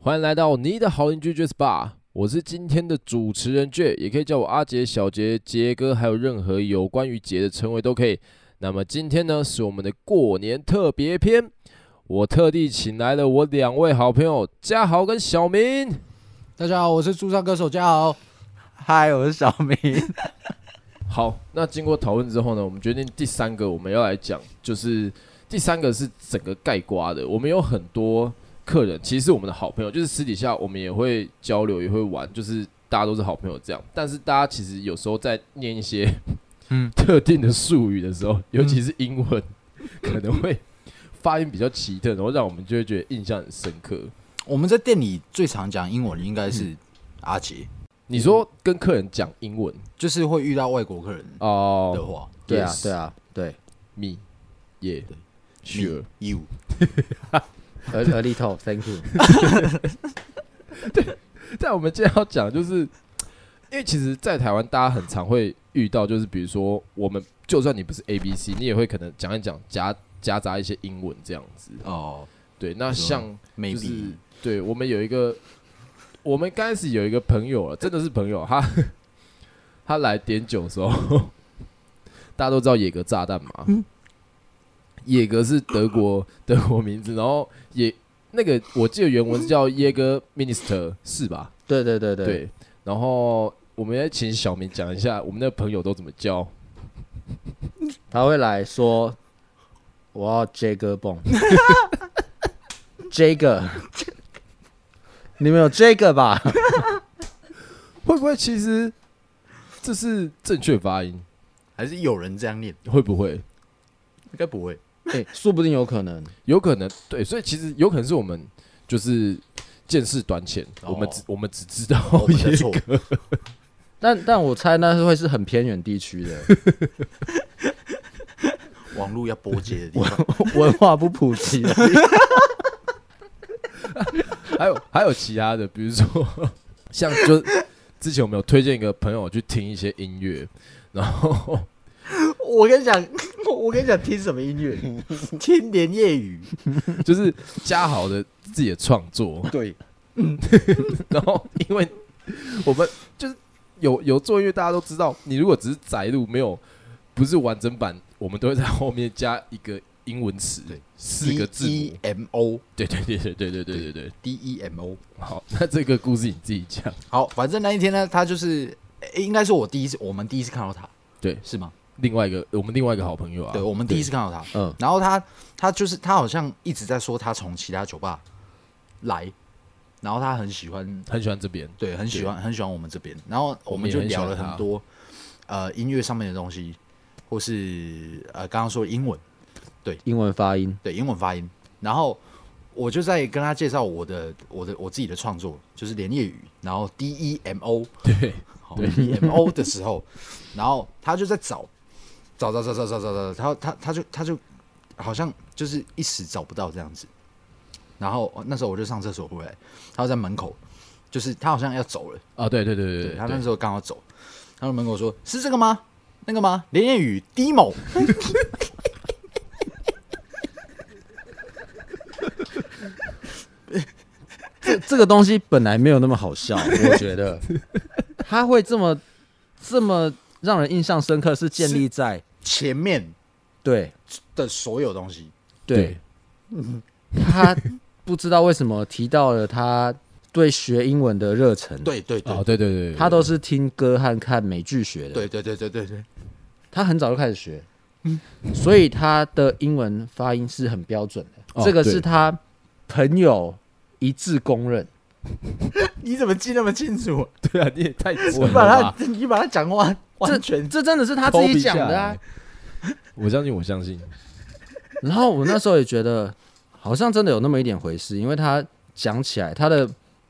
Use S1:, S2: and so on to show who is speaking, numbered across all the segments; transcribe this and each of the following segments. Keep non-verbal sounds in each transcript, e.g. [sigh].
S1: 欢迎来到你的好邻居 j a s p a 我是今天的主持人 J，也可以叫我阿杰、小杰、杰哥，还有任何有关于杰的称谓都可以。那么今天呢，是我们的过年特别篇，我特地请来了我两位好朋友嘉豪跟小明。
S2: 大家好，我是驻唱歌手嘉豪。
S3: 嗨，我是小明。
S1: 好，那经过讨论之后呢，我们决定第三个我们要来讲，就是第三个是整个盖瓜的。我们有很多客人，其实是我们的好朋友，就是私底下我们也会交流，也会玩，就是大家都是好朋友这样。但是大家其实有时候在念一些
S3: 嗯
S1: [laughs] 特定的术语的时候，尤其是英文，可能会发音比较奇特，然后让我们就会觉得印象很深刻。
S2: [laughs] 我们在店里最常讲英文的应该是阿杰，
S1: 你说跟客人讲英文
S2: 就是会遇到外国客人
S1: 哦、
S2: 的话
S3: 对啊
S1: Yes，
S3: 对啊，对，
S1: me yeah
S2: 对
S1: sure
S2: ，you
S3: 而而力透，Thank [laughs] you。
S1: [laughs] 但我们今天要讲，就是因为其实，在台湾大家很常会遇到，就是比如说，我们就算你不是 A B C，你也会可能讲一讲夹夹杂一些英文这样子。
S2: 哦
S1: 对，那
S2: 说
S1: 像就
S2: ，maybe
S1: 是对我们有一个，我们刚开始有一个朋友了，啊真的是朋友，他 [laughs] 他来点酒的时候， [laughs] 大家都知道野格炸弹嘛，野格是德国德国名字，然后也那个我记得原文是叫耶格 Minister 是吧？
S3: 对对对对，
S1: 对，然后我们要请小明讲一下我们的朋友都怎么叫。
S3: 他会来说，我要 Jagger [laughs] 泵，Jagger，你们有 Jagger [laughs] 吧？
S1: 会不会其实这是正确发音？
S2: 还是有人这样念，
S1: 会不会
S2: 应该不会。
S3: 哎，说不定有可能。
S1: 有可能？对，所以其实有可能是我们就是见识短浅，
S2: 哦
S1: 我们只我们只知道
S2: [laughs] 我们的
S1: 耶
S2: 错
S3: 但但我猜那是会是很偏远地区的
S2: 网络要波接的地方，
S3: 文化不普及 [laughs] 的。
S1: [laughs] 还有还有其他的，比如说 [laughs] 像就之前我们有推荐一个朋友去听一些音乐，然后
S2: [laughs] 我跟你讲，我跟你讲，听什么音乐？听连夜 [laughs] 雨。
S1: 就是嘉豪的自己的创作，
S2: 对，
S1: [laughs] 然后因为我们就是有有做音乐，大家都知道，你如果只是摘录，没有不是完整版，我们都会在后面加一个英文词
S2: 对，
S1: 四个字
S2: D
S1: 母
S2: E。M O
S1: 对对对对对对对对
S2: [laughs]
S1: 对。
S2: D E M O。
S1: 好，那这个故事你自己讲。
S2: 好，反正那一天呢，他就是，诶应该是我第一次，我们第一次看到他，
S1: 对
S2: 是吗？
S1: 另外一个我们另外一个好朋友啊，
S2: 对，我们第一次看到他。
S3: 嗯，
S2: 然后他他就是他好像一直在说他从其他酒吧来，然后他很喜欢，
S1: 很喜欢这边。
S2: 对，很喜欢很喜欢我们这边，然后
S1: 我
S2: 我
S1: 们
S2: 们
S1: 也
S2: 就
S1: 很喜
S2: 聊
S1: 欢
S2: 了
S1: 他
S2: 很多呃音乐上面的东西，或是呃刚刚说英文，
S3: 英文发音，
S2: 对英文发音，然后我就在跟他介绍我的我的我自己的创作，就是连夜雨，然后 D E M O
S1: 对，
S2: 好 D E M O 的时候，然后他就在找找找找找找找找，他他他就他就好像就是一时找不到这样子。然后哦那时候我就上厕所回来，他就在门口，就是他好像要走了，
S1: 啊，对对对对对，
S2: 他
S1: 对
S2: 那时候刚好走，他在门口说：“是这个吗？那个吗？”连夜雨 D 某，
S3: 这这个东西本来没有那么好笑，我
S1: [laughs]
S3: 觉得他会这么这么让人印象深刻，是建立在
S2: 前面
S3: 对
S2: 的所有东西，
S3: 对， [laughs] 他不知道为什么提到了他对学英文的热忱，
S2: 对对
S1: 哦，对对对
S2: 对
S1: 对，对
S3: 他都是听歌和看美剧学的，
S2: 对对对对对对，
S3: 他很早就开始学，所以他的英文发音是很标准的，
S1: 哦
S3: 这个
S1: 对
S3: 是他朋友一致公认。
S2: 你怎么记那么清楚？
S1: 对啊，你也太
S2: 你
S1: 我
S2: 把他你把他讲话完全
S3: 这真的是他自己讲的啊。，
S1: [laughs] 我相信我相信，
S3: [laughs] 然后我那时候也觉得，好像真的有那么一点回事，因为他讲起来他的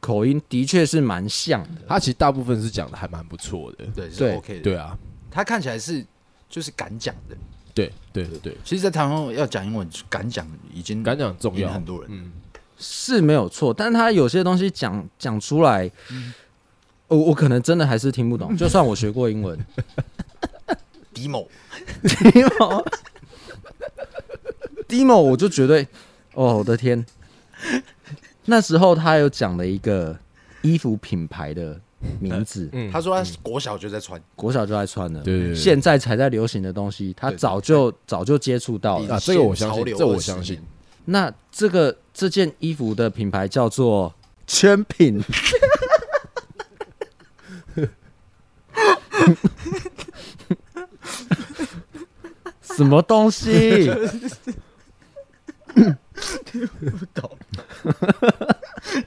S3: 口音的确是蛮像的。
S1: 他其实大部分是讲的还蛮不错的。
S2: 对是
S3: 对
S2: OK 的，
S1: 对啊，
S2: 他看起来是就是敢讲的。
S1: 对对对对，
S2: 其实，在台湾要讲英文，敢讲已经
S1: 敢讲很重
S2: 嗯赢
S1: 要，
S2: 很多人。
S1: 嗯，
S3: 是没有错，但他有些东西讲讲出来，
S1: 嗯
S3: 我我可能真的还是听不
S1: [laughs]
S3: 懂。就算我学过英文，
S1: 嗯
S2: 迪某
S3: Demo Demo，我就觉得，哦，我的天，那时候他有讲了一个衣服品牌的名字，
S1: 嗯
S2: 他说他国小就在穿，
S3: 国小就在穿了，
S1: 对对对
S3: 现在才在流行的东西，他
S2: 对对
S3: 早就早就接触到了。
S1: 啊，这个我相
S2: 潮
S1: 信，
S2: 流
S1: 这我
S2: 20
S1: 相信 [laughs]
S2: 年。
S3: 那这个这件衣服的品牌叫做圈
S2: [laughs]
S3: 品，什么
S1: [laughs]
S3: 东西？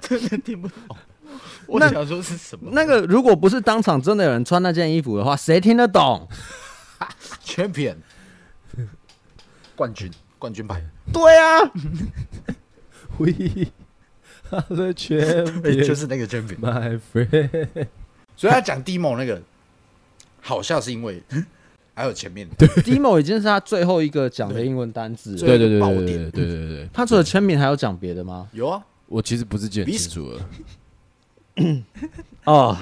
S2: 真的听不懂。我
S3: 那
S2: 想说是什么？
S3: 那个如果不是当场真的有人穿那件衣服的话，谁听得懂？
S2: champion 冠军冠军牌，
S3: 对啊，
S1: We are the
S2: [laughs] 哎
S1: champions,
S2: 就是那
S1: [laughs]
S2: 个 champion。
S1: my friend。
S2: 所以他讲 demo 那个好笑是因为 [laughs] 还有前面
S3: demo 已经是他最后一个讲的英文单字了。
S1: 对对对
S2: 爆
S1: 对对
S2: 点
S1: 对对对对，
S3: 他除了圈名还有讲别的吗？
S2: 有啊，
S1: 我其实不是记得很
S2: 彼
S1: 清
S2: 此
S1: 楚了。
S3: 哦，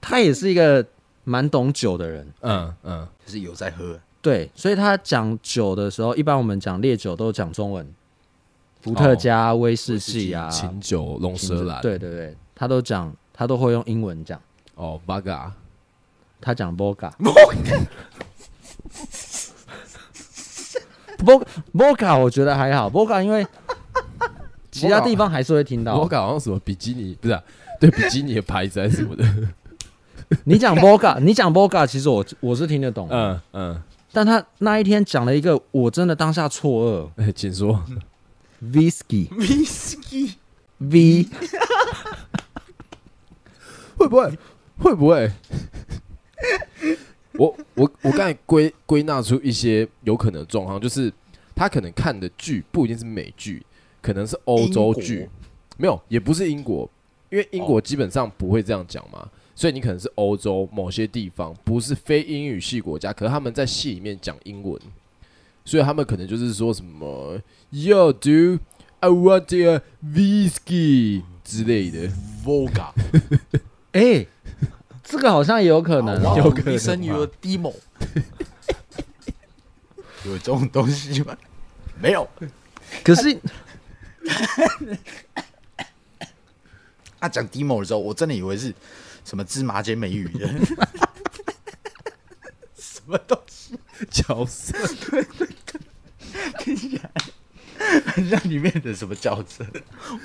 S3: 他也是一个蛮懂酒的人，
S1: 嗯嗯，
S2: 就是有在喝，
S3: 对，所以他讲酒的时候，一般我们讲烈酒都讲中文，伏特加、哦威士忌啊，
S1: 琴酒龙
S3: 瓶子
S1: 舌兰，
S3: 对对对，他都讲，他都会用英文讲，
S1: 哦，Vaga，
S3: 他讲 [laughs] vodka。vodka vodka 我觉得还好，vodka 因为其他地方还是会听到。
S1: ，Vaga 好像什么比基尼，不是啊对比基尼的牌子还是什么
S2: [laughs]
S1: 的。
S3: 你讲 vodka，你 [laughs] 讲 vodka，其实我我是听得懂的，
S1: 嗯嗯，
S3: 但他那一天讲了一个，我真的当下错
S1: 哎，请说。
S3: 愕，whisky whisky v
S1: 会不会？会不会？ [laughs] 我我我刚才归归纳出一些有可能的状况，就是他可能看的剧不一定是美剧，可能是欧洲
S2: 英
S1: 剧
S2: 国，
S1: 没有，也不是英国，因为英国基本上不会这样讲嘛，所以你可能是欧洲某些地方，不是非英语系国家，可是他们在戏里面讲英文，所以他们可能就是说什么 “Yo, do I want a whiskey” 之类的。
S2: Voga
S3: 哎、这个好像也有可能、哦。
S1: 有可能吧
S2: 医生 [laughs] 有 demo，有这种东西吗？没有，
S3: 可是
S2: 他讲 demo 的时候，我真的以为是什么芝麻煎美语 [laughs] 的，什么东西，
S1: 角色，
S2: 很像里面的什么角
S1: [laughs]
S2: 色，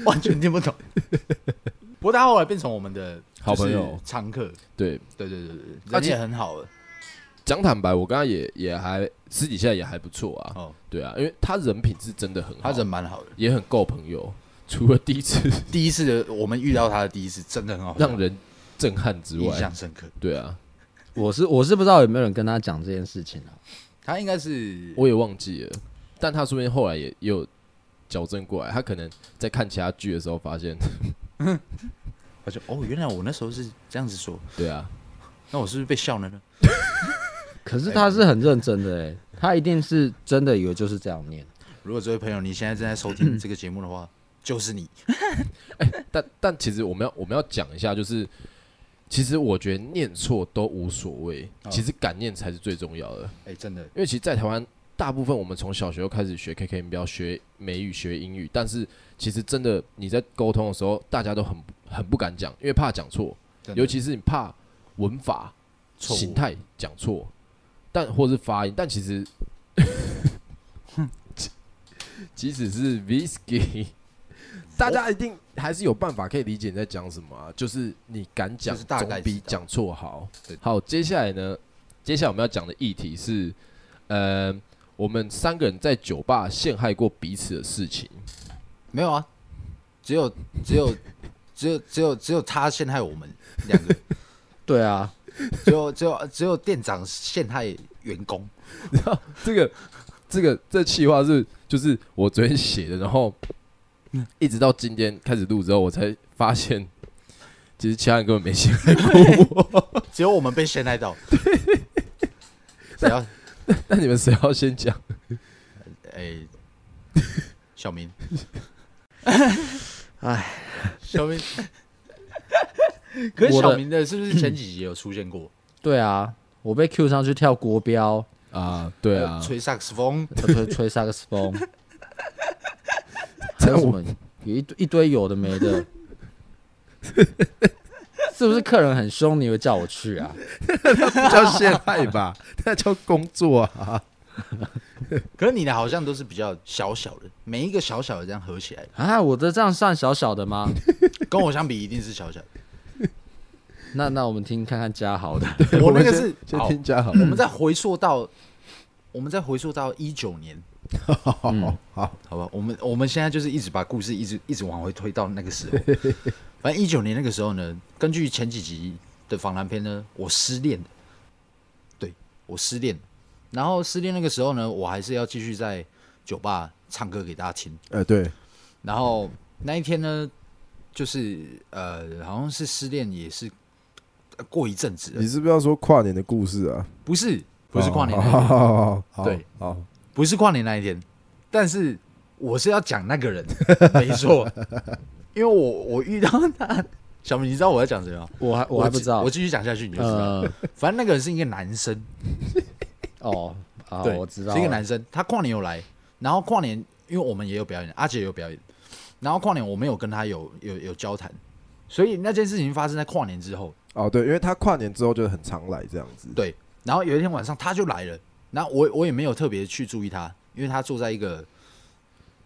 S2: 完全听不懂。不过他后来变成我们的
S1: 好朋友
S2: 就是常客，
S1: 对，
S2: 对对对对，
S1: 而
S2: 而
S1: 且
S2: 且很好的
S1: 讲坦白，我跟他也也还私底下也还不错啊。
S2: 哦，
S1: 对啊，因为他人品是真的很好，
S2: 他人哦蛮好的。
S1: 也很够朋友。除了第一次
S2: 第一次的我们遇到他的第一次，真的很好笑，
S1: 让人震撼之
S2: 印
S1: 外
S2: 象，深刻。
S1: 对啊，
S3: 我是我是不知道有没有人跟他讲这件事情啊。
S2: 他应该是
S1: 我也忘记了。但他说不定后来也也有矫正过来，他可能在看其他剧的时候发现，
S2: 他就哦，原来我那时候是这样子说，
S1: 对啊，
S2: 那我是不是被笑了呢？
S3: 可是他是很认真的哎、他一定是真的以为就是这样念。
S2: 如果这位朋友你现在正在
S1: [clears throat]
S2: 收听这个节目的话，就是你
S1: 但但其实我们要我们要讲一下，就是其实我觉得念错都无所谓，
S2: 哦
S1: 其实敢念才是最重要的。
S2: 哎、真的
S1: 因为其实，在台湾，大部分我们从小学就开始学 KK 音标、学美语、学英语，但是其实真的你在沟通的时候，大家都很很不敢讲，因为怕讲错，
S2: 真的
S1: 尤其是你怕文法、
S2: 错误
S1: 形态讲错，但或是发音，但其 [laughs] 实，即即使是 Visky，大家一定还是有办法可以理解你在讲什么、啊，就是你敢讲，
S2: 就是大概
S1: 总比
S2: 知道
S1: 讲错好
S2: 对。
S1: 好，接下来呢，接下来我们要讲的议题是，呃，我们三个人在酒吧陷害过彼此的事情。
S2: 没有啊，只有只有只有只有只有他陷害我们两个， [laughs]
S3: 对啊，
S2: 只有只有只有店长陷害员工， [laughs]
S1: 这个这个这气话是就是我昨天写的，然后一直到今天开始录之后，我才发现，其实其他人根本没信赖过我。
S2: [laughs] 只有我们被陷
S1: [laughs]
S2: 害到。只要
S1: 那你们谁要先讲？
S2: 哎、
S1: [laughs]
S2: 小明，
S3: 哎，
S1: [laughs]
S2: 小明，可是
S3: 我的
S2: 小明的是不是前几集有出现过？
S3: 对啊，我被 Q 上去跳国标，呃
S1: 啊， [clears throat] 对
S2: 呃
S1: 啊，
S2: 吹萨克斯风，
S3: 哎吹吹萨克斯风，还有什么一堆一堆有的没的， [laughs] 是不是客人很凶，你会叫我去啊？
S1: 不叫陷害吧， [laughs] 那叫工作啊。
S2: 可是你的好像都是比较小小的，每一个小小的这样合起来，
S3: 啊，我的这样算小小的吗？
S2: 跟我相比一定是小小的。
S3: 那那我们听看看嘉豪的，
S2: 我那
S1: 们
S2: 个
S1: 先
S2: 是
S1: 先
S2: 好嗯
S1: 听家好，
S2: 我们再回溯到，我们再回溯到一九年，嗯
S1: 好好，
S2: 好吧？我们我们现在就是一直把故事一直一直往回推到那个时候。反正一九年那个时候呢，根据前几集的访谈片呢，我失恋了，对我失恋了。然后失恋那个时候呢，我还是要继续在酒吧唱歌给大家听。
S1: 呃，对，
S2: 然后那一天呢，就是呃，好像是失恋，也是呃过一阵子了
S1: 你，是不是要说跨年的故事啊？哦
S2: 不是不是跨年那一天
S1: 好好好，
S2: 嗯对，
S1: 好，
S2: 不是跨年那一天，但是我是要讲那个人，没错，因为我我遇到他，小明，你知道我在讲谁吗？
S3: 我还我还不
S2: 继
S3: 知道
S2: 我，继续讲下去你就知道。
S3: 呃，
S2: 反正那个人是一个男生，
S3: 哦，啊，
S2: 对，
S3: 我知道了，
S2: 是一个男生，他跨年有来，然后跨年因为我们也有表演，阿杰也有表演，然后跨年我没有跟他有有有交谈，所以那件事情发生在跨年之后，
S1: 哦，对，因为他跨年之后就很常来这样子。
S2: 对，然后有一天晚上他就来了，然后我我也没有特别去注意他，因为他坐在一个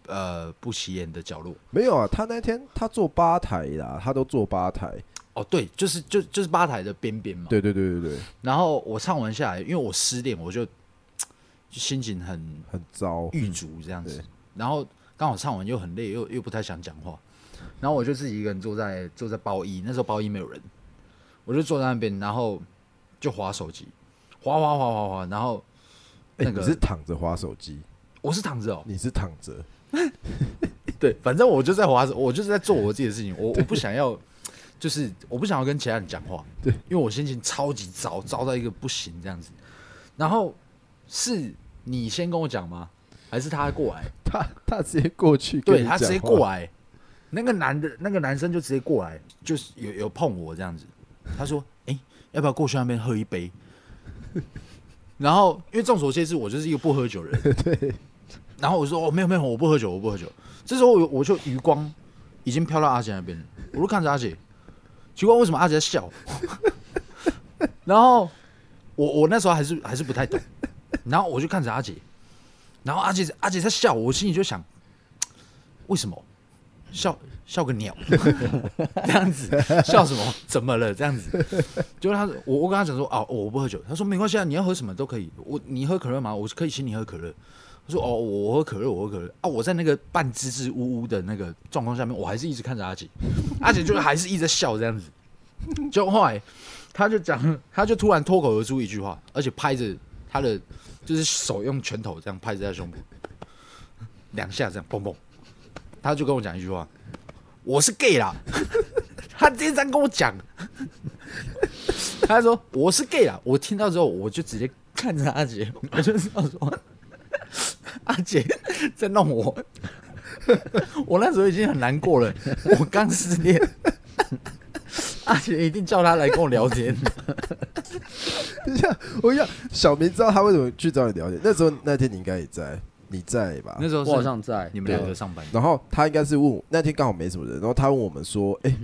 S2: 呃不起眼的角落。
S1: 没有啊，他那天他坐吧台啦，他都坐吧台。
S2: 哦，对，就是就就是吧台的边边嘛。。
S1: 对对对对对，
S2: 然后我唱完下来，因为我失恋，我就就心情很
S1: 很糟。
S2: 郁卒这样子
S1: 对。
S2: 然后刚好唱完又很累，又又不太想讲话，然后我就自己一个人坐在坐在包一，那时候包一没有人，我就坐在那边，然后就划手机，划划划划划，然后
S1: 哎，
S2: 那个
S1: 你是躺着滑手机，
S2: 我是躺着哦，
S1: 你是躺着，
S2: [laughs] 对，反正我就在划，我就是在做我自己的事情，我我不想要，就是我不想要跟其他人讲话，
S1: 对，
S2: 因为我心情超级糟，糟到一个不行这样子。然后是你先跟我讲吗？还是他过来？
S1: [laughs] 他他直接过去，
S2: 对他直接过，啊
S1: [laughs]
S2: 来，那个男的，那个男生就直接过来，就是有有碰我这样子。他说：“哎、要不要过去那边喝一杯？” [laughs] 然后因为众所皆知，我就是一个不喝酒的人。 [laughs] 对。然后我说：“哦，没有没有，我不喝酒，我不喝酒。”这时候我我就余光已经飘到阿姐那边了，我就看着阿姐，奇怪为什么阿姐在笑。 [laughs] 然后我我那时候还是还是不太懂，然后我就看着阿姐，然后阿姐阿姐在笑，我心里就想，为什么笑笑个鸟 [laughs] 这样子？笑什么？怎么了？这样子？就是他，我我跟他讲说哦，我不喝酒。他说没关系啊，你要喝什么都可以。我你喝可乐吗？我可以请你喝可乐。他说哦，我喝可乐，我喝可乐啊！我在那个半支支吾吾的那个状况下面，我还是一直看着阿姐，阿姐就是还是一直在笑这样子。就后来他就讲，他就突然脱口而出一句话，而且拍着他的就是手用拳头这样拍着他胸部两下，这样砰砰。他就跟我讲一句话：“我是 gay 啦。” [laughs] 他直接这样跟我讲，他说我是 gay 啦。我听到之后，我就直接看着阿杰， [laughs] 我就知道说阿杰在弄我。 [laughs] 我那时候已经很难过了，我刚失恋，阿杰一定叫他来跟我聊天。
S1: 等一下，我想小明知道他为什么去找你聊天。那时候那天你应该也在，你在吧？
S2: [laughs] 那时候
S3: 我好
S2: 是
S3: 像在，
S2: 你们两个上班，
S1: 然后他应该是问我那天刚好没什么人，然后他问我们说：“哎、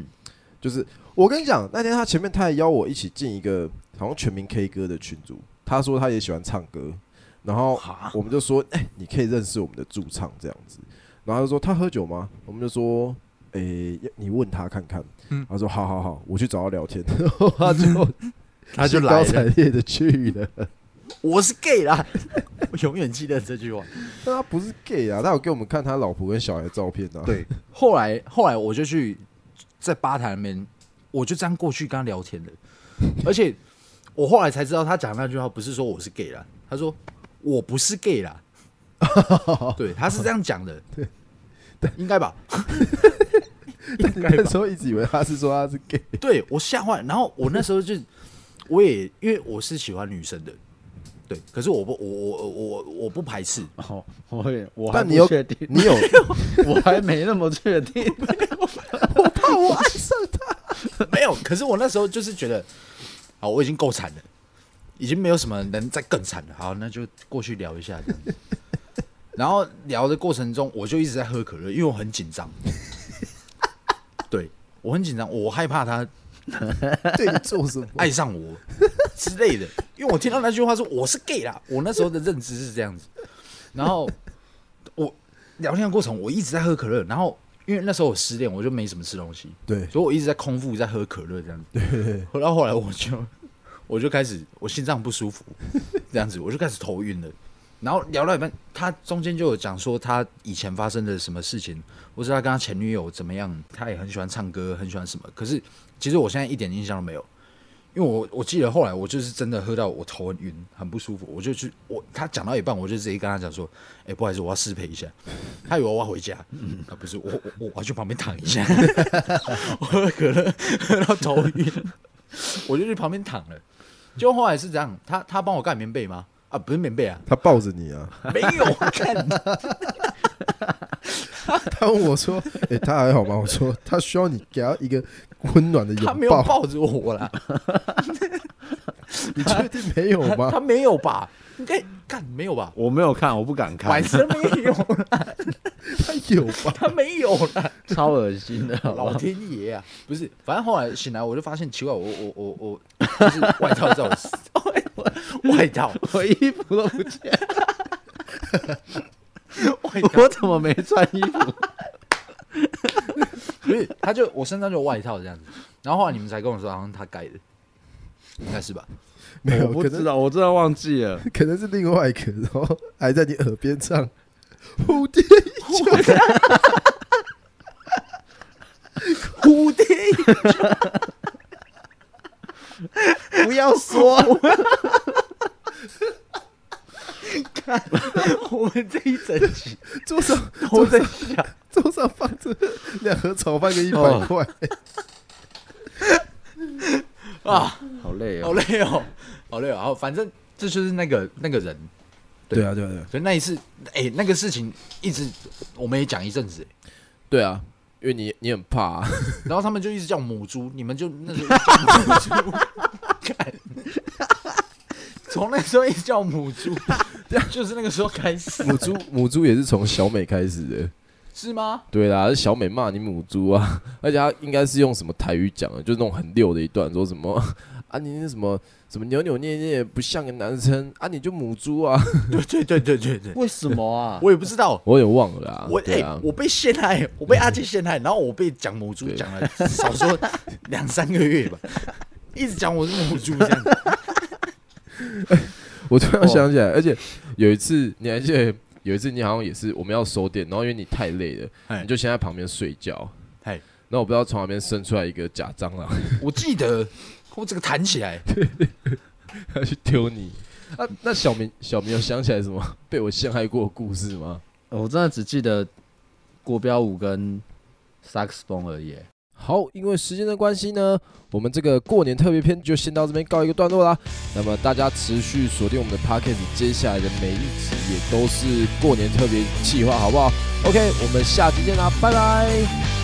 S1: 就是我跟你讲，那天他前面他还邀我一起进一个好像全民 K 歌的群组，他说他也喜欢唱歌，然后
S2: 哈
S1: 我们就说：哎、你可以认识我们的驻唱这样子。然后他就说他喝酒吗？我们就说：哎、你问他看看。他说：好好好，我去找他聊天。 [laughs] 然后他就
S2: 他就
S1: 兴
S2: 来
S1: 高
S2: 了
S1: 采烈的去了。
S2: 我是 gay 啦， [laughs] 我永远记得这句话。
S1: 但他不是 gay 啊，他有给我们看他老婆跟小孩的照片啊。
S2: 对，后来后来我就去在吧台那边，我就这样过去跟他聊天 [laughs] 的，而且我后来才知道他讲那句话不是说我是 gay 啦，他说我不是 gay [laughs] 啦，对，他是这样讲的， [laughs] 对，应该吧？
S1: [laughs] 但你那时候一直以为他是说他是 gay。
S2: 对我吓坏，然后我那时候就我也因为我是喜欢女生的，对，可是我不我我我我我不排斥，
S3: 哦， [laughs] 我也我还
S1: 但你
S3: 不
S1: 有
S3: 确定， [laughs]
S1: 你有
S3: 我还没那么确 [laughs] 定，
S1: 我爱上他，
S2: 没有，可是我那时候就是觉得，好，我已经够惨了，已经没有什么能再更惨了。好，那就过去聊一下这样子。然后聊的过程中，我就一直在喝可乐，因为我很紧张。对我很紧张，我害怕他
S1: 对 [laughs] 你做什么？
S2: 爱上我之类的，因为我听到那句话说我是 gay 啦，我那时候的认知是这样子。然后我聊天的过程，我一直在喝可乐，然后因为那时候我失恋，我就没什么吃东西，
S1: 对，
S2: 所以我一直在空腹在喝可乐这样子。喝到后来我就 [laughs] 我就开始我心脏不舒服，这样子我就开始头晕了。然后聊到一半，他中间就有讲说他以前发生的什么事情，我知道他跟他前女友怎么样，他也很喜欢唱歌，很喜欢什么。可是其实我现在一点印象都没有，因为我我记得后来我就是真的喝到我头很晕，很不舒服，我就去我他讲到一半，我就直接跟他讲说，哎、不好意思，我要失陪一下。他以为我要回家，啊不是，我我我我要去旁边躺一下，我喝可乐喝到头晕，我就去旁边躺了。就后来是这样，他他帮我盖棉被吗？啊，不是棉被啊，
S1: 他抱着你 [laughs] 啊，
S2: 没有，看
S1: 他问我说：“哎、他还好吗？”我说：“他需要你给他一个温暖的
S2: 他没
S1: 拥抱。
S2: 有抱着我啦，
S1: [laughs] 你确定没有
S2: 他他
S1: 吗？
S2: 没有吧？应该干没有吧？
S4: 我没有看，我不敢看
S2: 晚。上没有 [laughs] 啦，
S1: [laughs] 他有吧？
S2: 他没有啦，
S3: 超恶心的，好不
S2: 老
S3: 好？
S2: 天爷啊！不是，反正后来醒来我就发现奇怪，我我我我就是外套在我 [laughs] 外外套
S3: [laughs] 我衣服都不见了，
S2: 外套
S3: 我怎么没穿衣 [laughs] 服？
S2: 不是，他就我身上就有外套这样子，然后后来你们才跟我说，好像他盖的，应该是吧？
S1: 没有，
S4: 我
S1: 可
S4: 不知
S1: 能
S4: 道，我真的忘记了。
S1: 可能是另外一个，然后还在你耳边唱蝴蝶。
S2: 蝴蝶，
S3: 不要说，
S2: 我们这一整集
S1: 桌 [laughs] 上
S2: 都在想，
S1: 桌上放着两盒炒饭跟一百块，
S2: 啊，
S3: 好累
S2: 好
S3: 哦。
S2: 累哦，好累哦。好，反正这就是那个那个人，对
S1: 啊，对啊，对啊，
S2: 所以那一次，哎、那个事情一直我们也讲一阵子、哎
S1: 对啊，因为你你很怕、啊，
S2: [laughs] 然后他们就一直叫母猪，你们就那时候一直叫母猪， [laughs] 看，从那时候一直叫母猪，就是那个时候开始，
S1: 母猪母猪也是从小美开始的，
S2: 是吗？
S1: 对啦，小美骂你母猪啊， [laughs] 而且她应该是用什么台语讲的，就是那种很溜的一段，说什么 [laughs] 啊你那什么什么扭扭捏捏不像个男生啊你就母猪啊， [laughs]
S2: 对对对对对对，
S3: 为什么啊？
S2: 我也不知道。
S1: 我也忘了啦，
S2: 我哎、
S1: 对啊，
S2: 我被陷害，我被阿杰陷害，然后我被讲母猪
S1: 对
S2: 讲了少说两三个月吧，一直讲我是母猪这样子。
S1: 我突然想
S2: 哦
S1: 起来，而且有一次你还记得有一次你好像也是我们要收店，然后因为你太累了，
S2: 哎
S1: 你就先在旁边睡觉，
S2: 哎，
S1: 那我不知道从旁边伸出来一个假蟑螂， [laughs]
S2: 我记得我这个弹起来，
S1: 他去丢你。啊，那小明，小明有想起来什么被我陷害过的故事吗？
S3: 我真的只记得国标舞跟萨克斯风而已。
S1: 好，因为时间的关系呢，我们这个过年特别篇就先到这边告一个段落啦。那么大家持续锁定我们的 p o c k e t 接下来的每一集也都是过年特别企划，好不好？OK，我们下期见啦，拜拜。